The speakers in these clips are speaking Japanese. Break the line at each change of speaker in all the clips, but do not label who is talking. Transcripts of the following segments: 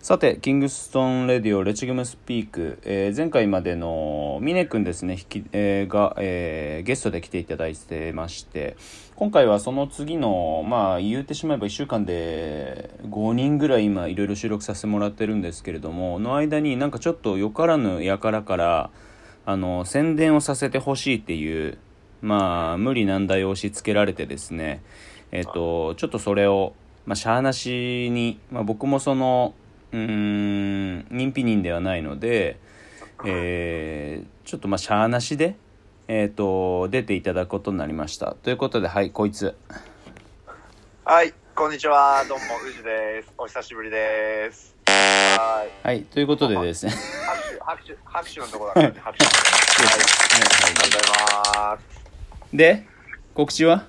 さて、キングストン・レディオ、レチグム・スピーク、えー前回までのミネ君ですね、引きえーが、えーゲストで来ていただいてまして、今回はその次の、まあ、言うてしまえば1週間で5人ぐらい今、いろいろ収録させてもらってるんですけれども、の間になんかちょっとよからぬやからから、あの、宣伝をさせてほしいっていう、まあ、無理難題を押し付けられてですね、えっ、と、ちょっとそれを、まあ、しゃあなしに、まあ、僕もその、うーん、認否人ではないので、えーちょっとまあ、しゃあなしで、えっ、と、出ていただくことになりました。ということで、はい、こいつ。
はい、こんにちは。どうも、うじです。お久しぶりです。はーい。
はい、ということでですね。
拍手、拍手、拍手のとこだからね、拍手。はい、ありがとう
で、告知は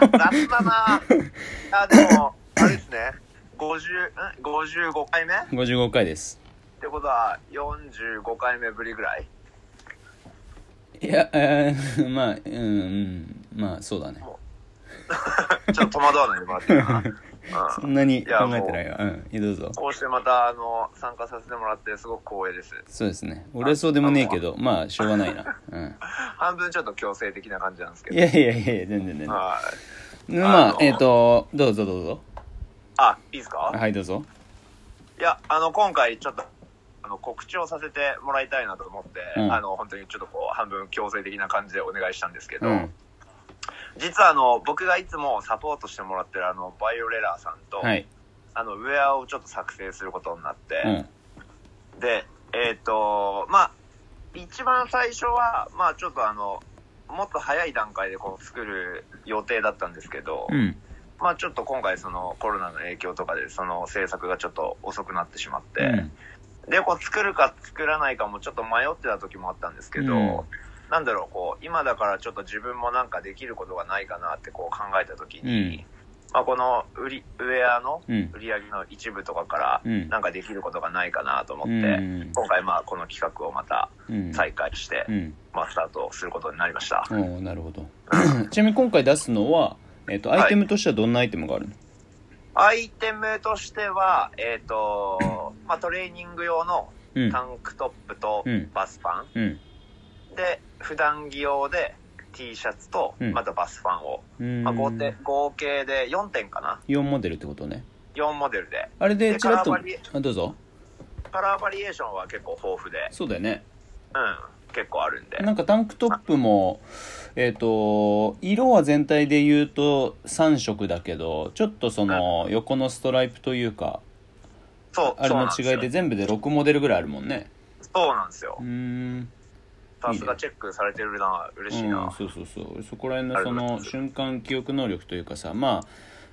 ございます。雑だなあ、でも、あれですね。50、ん ?55 回目っ
?55 回です。
てことは、45回目ぶりぐらい
いや、えー まあ、うん、うん、まあ、そうだね。
ちょっと戸惑わないでもらっていいかな。
そ
うん
なに考えてないわ。うん、いいどうぞ。
こうしてまた、あの、参加させてもらって、すごく光栄です。
そうですね。俺はそうでもねえけど、まあ、しょうがないな。 うん。
半分ちょっと強制的な感じなんですけ
い
ど。
やいやいやいや、全然全然。
はい。
ま
あ
あ
の、
えっ、と、どうぞどうぞ。
あ、いいですか
はい、どうぞ。
いや、あの、今回ちょっと、あの、告知をさせてもらいたいなと思って、
うん
あの、本当にちょっとこう、半分強制的な感じでお願いしたんですけど、
うん。
実はあの、僕がいつもサポートしてもらってるあの、バイオレラーさんと、
はい。
あの、ウェアをちょっと作成することになっ
う
て、
ん。
で、えっ、と、まあ、一番最初は、まあ、ちょっとあの、もっと早い段階でこう作る予定だったんですけど、
うん。
まあちょっと今回そのコロナの影響とかでその制作がちょっと遅くなってしまって、
うん。
で、こう作るか作らないかもちょっと迷ってた時もあったんですけど、
うん
なんだろう、こう、今だからちょっと自分もなんかできることがないかなってこう考えた時に、まあこの売り、ウェアの
うん。
売り上げの一部とかから、
うん。
なんかできることがないかなと思っ
う
て、
ん。
今回まあこの企画をまた
うん。
再開して、
うん。
まあスタートすることになりました。
おーなるほど。 ちなみに今回出すのは、えっ、と、アイテムとしてはどんなアイテムがあるの、
アイテムとしては、えっ、と、まあトレーニング用の
うん
タ。ンクトップと
うん
バスパン、
うん。
で普段着用で T シャツと
うん
またバスファンを、
うん。
まあ、合計合計で4点かな
4モデルってことね。
4モデルで
あれで、
で
ちらっと
カラーバリエ、
あ、どうぞ。
カラーバリエーションは結構豊富で
そうだよね。
うん結構あるんで
なんかタンクトップも、えっ、と、色は全体で言うと3色だけど、ちょっとその横のストライプというか、
そう
あれ
そう
の
なんです
違い
よ
で全部で6モデルぐらいあるもんね。
そうなんですよ
うーん。
さすがチェックされてるな嬉しい
うん、
な、
そうそうそうそこら辺の
あり
そ
がとうござい
の
ます
瞬間記憶能力というかさま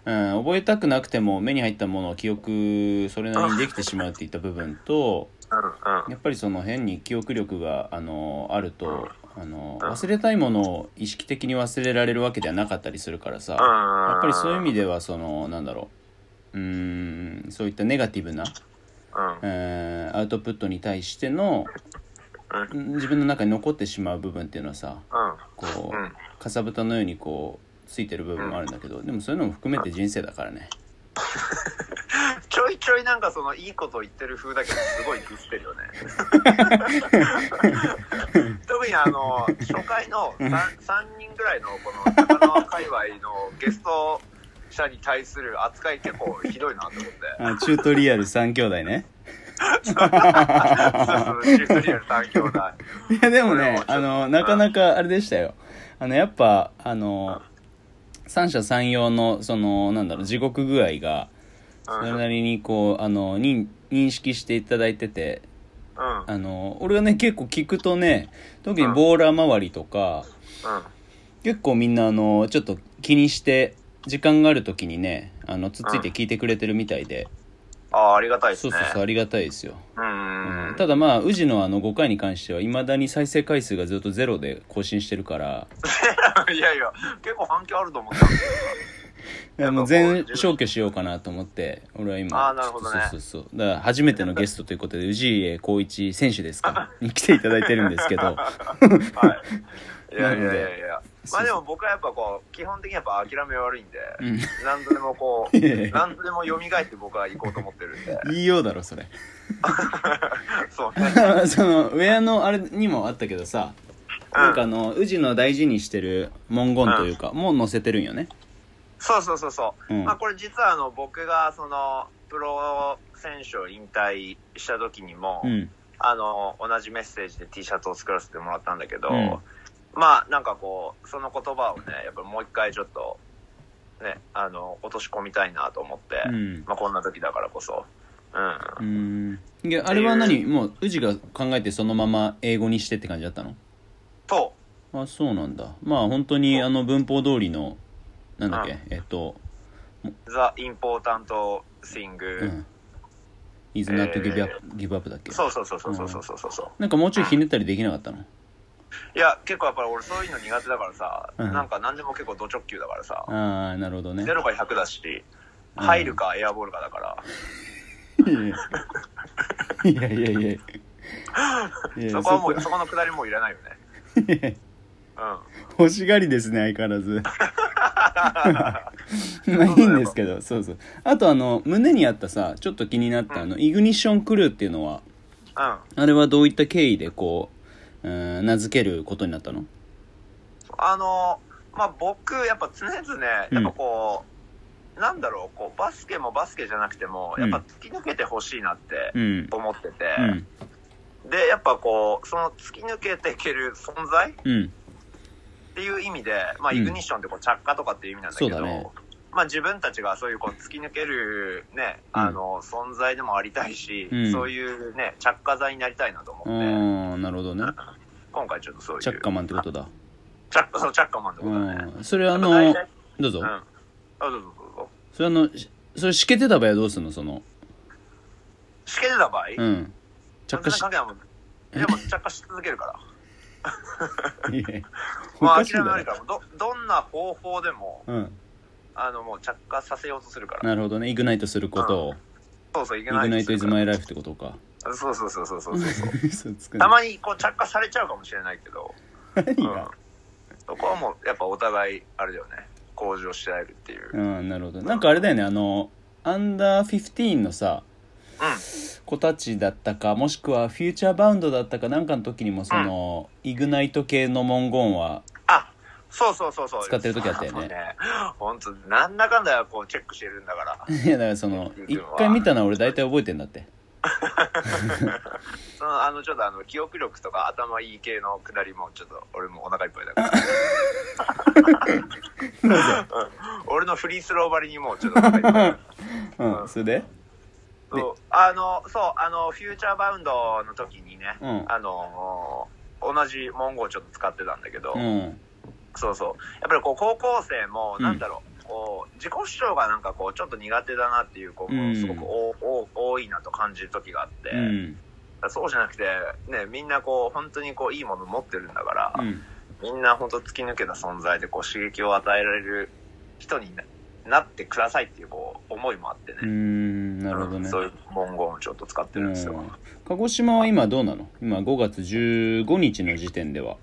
あ、うん、覚えたくなくても目に入ったものを記憶それなりにできてしまうっていった部分と
うん、うん
やっぱりその変に記憶力があのあるとあの
うん
忘れたいものを意識的に忘れられるわけではなかったりするからさや
や
っぱりそういう意味
で、
ではそのなんだろううーんそういったネガティブな
うん、
えーアウトプットに対しての
う
自分の中に残ってしまう部分っていうのはさこ
うん、うん、
うかさぶたのようにこうついてる部分もあるんだけどでもそういうのも含めて人生だからね
ちょいちょいなんかそのいいこと言ってる風だけどすごいディスってる よね特にあの初回の 3, 人ぐらいのこの高輪界隈のゲスト者に対する扱い結構ひどいなと 思って
あチュートリアル3兄弟ね
そうそうシフトリアル3兄弟
いやでも
これ
ね
もちょっと
あのなかなかあれでしたよあのやっぱあの三者三様のそのなんだろう地獄具合がそれ
うん、うん、
なりにこうあの認認識していただいててあの俺はね結構聞くとね特にボーラー周りとか、結構みんなあのちょっと気にして時間がある時にねあのつっついて聞いてくれてるみたいで、
ああありがたいです
そう
ね
そうそうありがたいですよ、
う
うん
ん
ただまあ宇治のあの5回に関してはいまだに再生回数がずっとゼロで更新してるから
いやいや結構反響あると思ったんです
いやもう全消去しようかなと思って俺は今
あーなるほどね
そうそうそうだから初めてのゲストということ で宇治江浩一選手ですかに来ていただいてるんですけど
けど、はい、いやいやい
なの
やいや。まあでも僕はやっぱこう、基本的にやっぱ諦め悪いんで、
うん
何度でもこ
いやいや
う、何度でも蘇って僕は行こうと思ってるんで。
言いようだろそれ
そうね。
そのウェアのあれにもあったけどさなんかあの宇治の大事にしてる文言というか、もう載せてるんよね
そうそうそうそう。
うん
まあこれ実はあの、僕がその、プロ選手を引退した時にも、
うん
あの、同じメッセージで T シャツを作らせてもらったんだけど、
うん
まあなんかこう、その言葉をね、やっぱりもう一回ちょっと、ね、あの、落とし込みたいなと思って、
うん
まあこんな時だからこそ。うん。
うーんいやあれは何もう宇治が考えてそのまま英語にしてって感じだったの
と、
あそうなんだまあ本当に
そう
あの文法通りのなんだっけえっと
The Important Thing、
うん「is not
えー
give up,、give up」だっけ
そうそうそうそうそうそうそうそう、
なんかもうちょいひねったりできなかったの
いや結構やっぱり俺そういうの苦手だからさ、
うん
なんか何でも結構ド直球だからさ、
ああなるほどね
0か100だし
うん
入るかエアボールかだから、
いやいやいやいやいやいや
そこはもうそこのくだりもういらないよね う
欲しがりですね相変わら ずまあいいんですけどそうそうあとあの胸にあったさちょっと気になったあのイグニッションクルーっていうのは
んうん
あれはどういった経緯でこううーん名付けることになったの
あのまあ僕やっぱ常々やっぱこう、なんだろうこうバスケもバスケじゃなくてもやっぱ突き抜けてほしいなって
うん
思ってて、
うん
でやっぱこうその突き抜けていける存在
うん
っていう意味で、まあ、
うん
イグニッションってこう着火とかっていう意味なんだけど、
そうだね
まあ、自分たちがそういうこう突き抜ける、ね、
うん
あの存在でもありたいし、
うん
そういう、ね、着火剤になりたいなと思って、
ああなるほどね
今回ちょっとそういう
チャッカマンってことだ
チャッカそうチャッカマンってこ
う
とだね、
んそれあ
やっ
の
ぱ大体
どうぞ
うん、あどうぞどうぞ
それあのしそれしけてた場合はどうするのその
しけてた場合、
う
全
ん着火
然
し
関係ないもんでも着火し続け るから
いやお
まあ
かしい
諦
だ
めない
ろ
からどどんな方法でも
うん
あのもう着火させようとするから
なるほどねイグナイトすることを
そうそういけ
イグ
ない
ナ
で
イ
す
トイ
る
ズ
か
マイライフってことから
そうそうそうそうそうそう
嘘つく
た
な
まにこう着火されちゃうかもしれないけど、
何
うん
が、
そこはもうやっぱお互いあれだよね向上し合えるっていう、う、
うんんなるほどなんかあれだよねあのアンダー15のさ子たちだったかもしくはフューチャーバウンドだったかなんかの時にもその、イグナイト系の文言は
あそうそうそうそう
使ってる時あったよね
そう本当なんだかんだこうチェックしてるんだから
いやだからその
うん
一回見たのは俺大体覚えてんだ って
そのあのちょっとあの記憶力とか頭いい系のくだりもちょっと俺もお腹いっぱい だからうん俺のフリースローばりにもうちょっとお腹いっぱいだから
うんそれで
そうあのそうあのフューチャーバウンドの時にね、
うん
あの同じ文言をちょっと使ってたんだけど、
うん
そうそうやっぱりこう高校生も
うん
なんだろう、こう自己主張がなんかこうちょっと苦手だなっていう子
う
も
ん
すごくお、お多いなと感じる時があって、
うん
そうじゃなくてねみんなこう本当にこういいもの持ってるんだから、
うん
みんな本当突き抜けた存在でこう刺激を与えられる人にななってくださいっていうこう思いもあってね
うー、んなるほどね
そういう文言をちょっと使ってるんですよ、
うん鹿児島は今どうなの今5月15日の時点では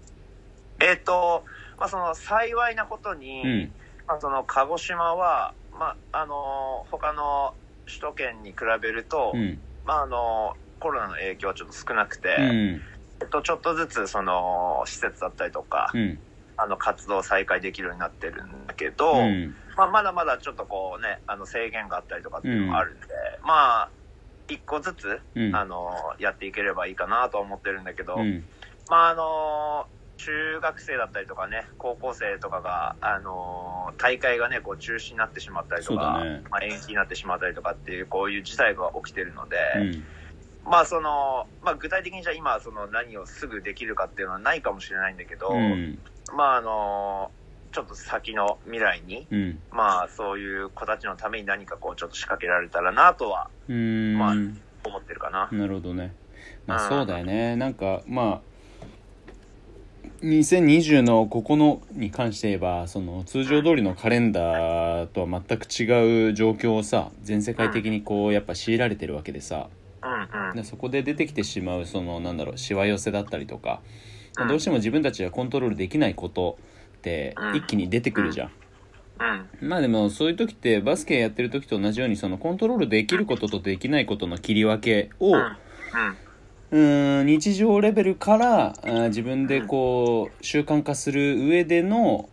えっ、と、まあ、その幸いなことに、
うん
まあ、その鹿児島は、まああのー他の首都圏に比べると、
うん
まああのーコロナの影響はちょっと少なくて、
うん
えっと、ちょっとずつその施設だったりとか、
うん
あの活動を再開できるようになってるんだけど、
うん
まあ、まだまだちょっとこうねあの制限があったりとかっていうのがあるんで、まあ一個ずつ、
うん
あのーやっていければいいかなとは思ってるんだけど、
うん
まああの中学生だったりとかね高校生とかが、あの大会がねこう中止になってしまったりと
そ
か、
うだね
まあ、延期になってしまったりとかっていうこういう事態が起きてるので、
うん
まあその、まあ、具体的にじゃあ今その何をすぐできるかっていうのはないかもしれないんだけど、
うん
まああのちょっと先の未来に、
うん
まあ、そういう子たちのために何かこうちょっと仕掛けられたらなとは
うーん
ま思ってるかな。
なるほどねまあ
うん
そうだよねなんかまあ2020のここのに関して言えばその通常通りのカレンダーとは全く違う状況をさ全世界的にこうやっぱ強いられてるわけでさ
うんうん
でそこで出てきてしまうそのなんだろうしわ寄せだったりとか
うん
どうしても自分たちがコントロールできないことって
うん
一気に出てくるじゃん、
うん。
まあでもそういう時ってバスケやってる時と同じようにそのコントロールできることとできないことの切り分けを、
うん。うん。
うーん日常レベルからあー自分でこう習慣化する上での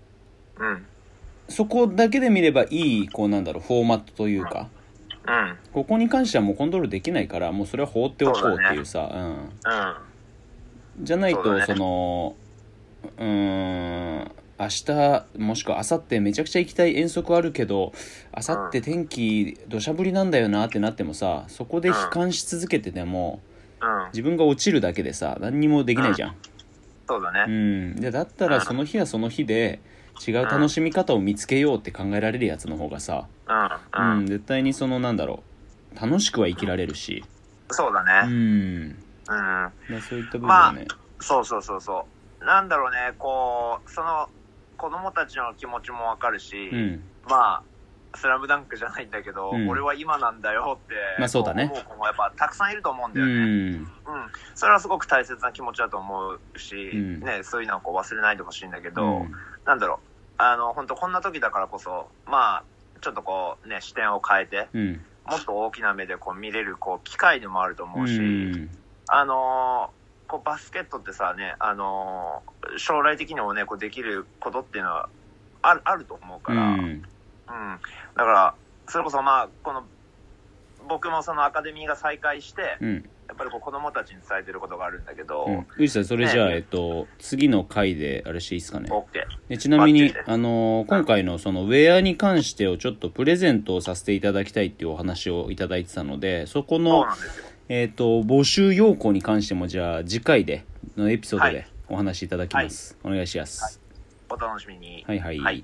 うん。
そこだけで見ればいいこうなんだろうフォーマットというか
うん。
ここに関してはもうコントロールできないからもうそれは放っておこうっていうさ
うん。
うん、じゃないと
そ
そ,、
うだね
のうーん明日もしくは明後日めちゃくちゃ行きたい遠足あるけど明後日天気土砂降りなんだよなってなってもさそこで悲観し続けてでも
うん。
自分が落ちるだけでさ何にもできないじゃん。
そうだ
う
ね。
ん、でだったらその日はその日で違う楽しみ方を見つけようって考えられるやつの方がさ、
う
うん
ん。うん。
絶対にそのなんだろう楽しくは生きられるし、
そう
う
だ
ん、
ね。うん。
まあそういった部分はね、
そうそうそうそう。なんだろうね、こう、その、子供たちの気持ちもわかるし、
うん、
まあ、スラムダンクじゃないんだけど、
うん
俺は今なんだよって、
まあそうだね
思う子もやっぱたくさんいると思うんだ
う
よね。
ん、
うん、それはすごく大切な気持ちだと思うし、
うん
ね、そういうのをこう忘れないでほしいんだけど、
うん
なんだろうあの本当こんな時だからこそまあちょっとこうね視点を変えて
うん、
もっと大きな目でこう見れるこう機会でもあると思うし、
うん、
あのーこうバスケットってさね、あのー将来的にもねこうできることっていうのはあるあると思う
う
から、うん、
ん、
だからそれこそまあこの僕もそのアカデミーが再開して、
うん、
やっぱりこう子供たちに伝えてることがあるんだけど、
うん、うじさんそれじゃあ、
ね
えっと、次の回であれしていいですかね。
オッケー
でちなみに
待って、て
あのー今回のそのウェアに関してをちょっとプレゼントをさせていただきたいっていうお話をいただいてたので、そこ
そう
の
なんですよ。
えっ、と、募集要項に関しても、じゃあ、次回で、のエピソード
は
でお話しいただきます。お願いします。
お楽しみに。
はいはい。
はい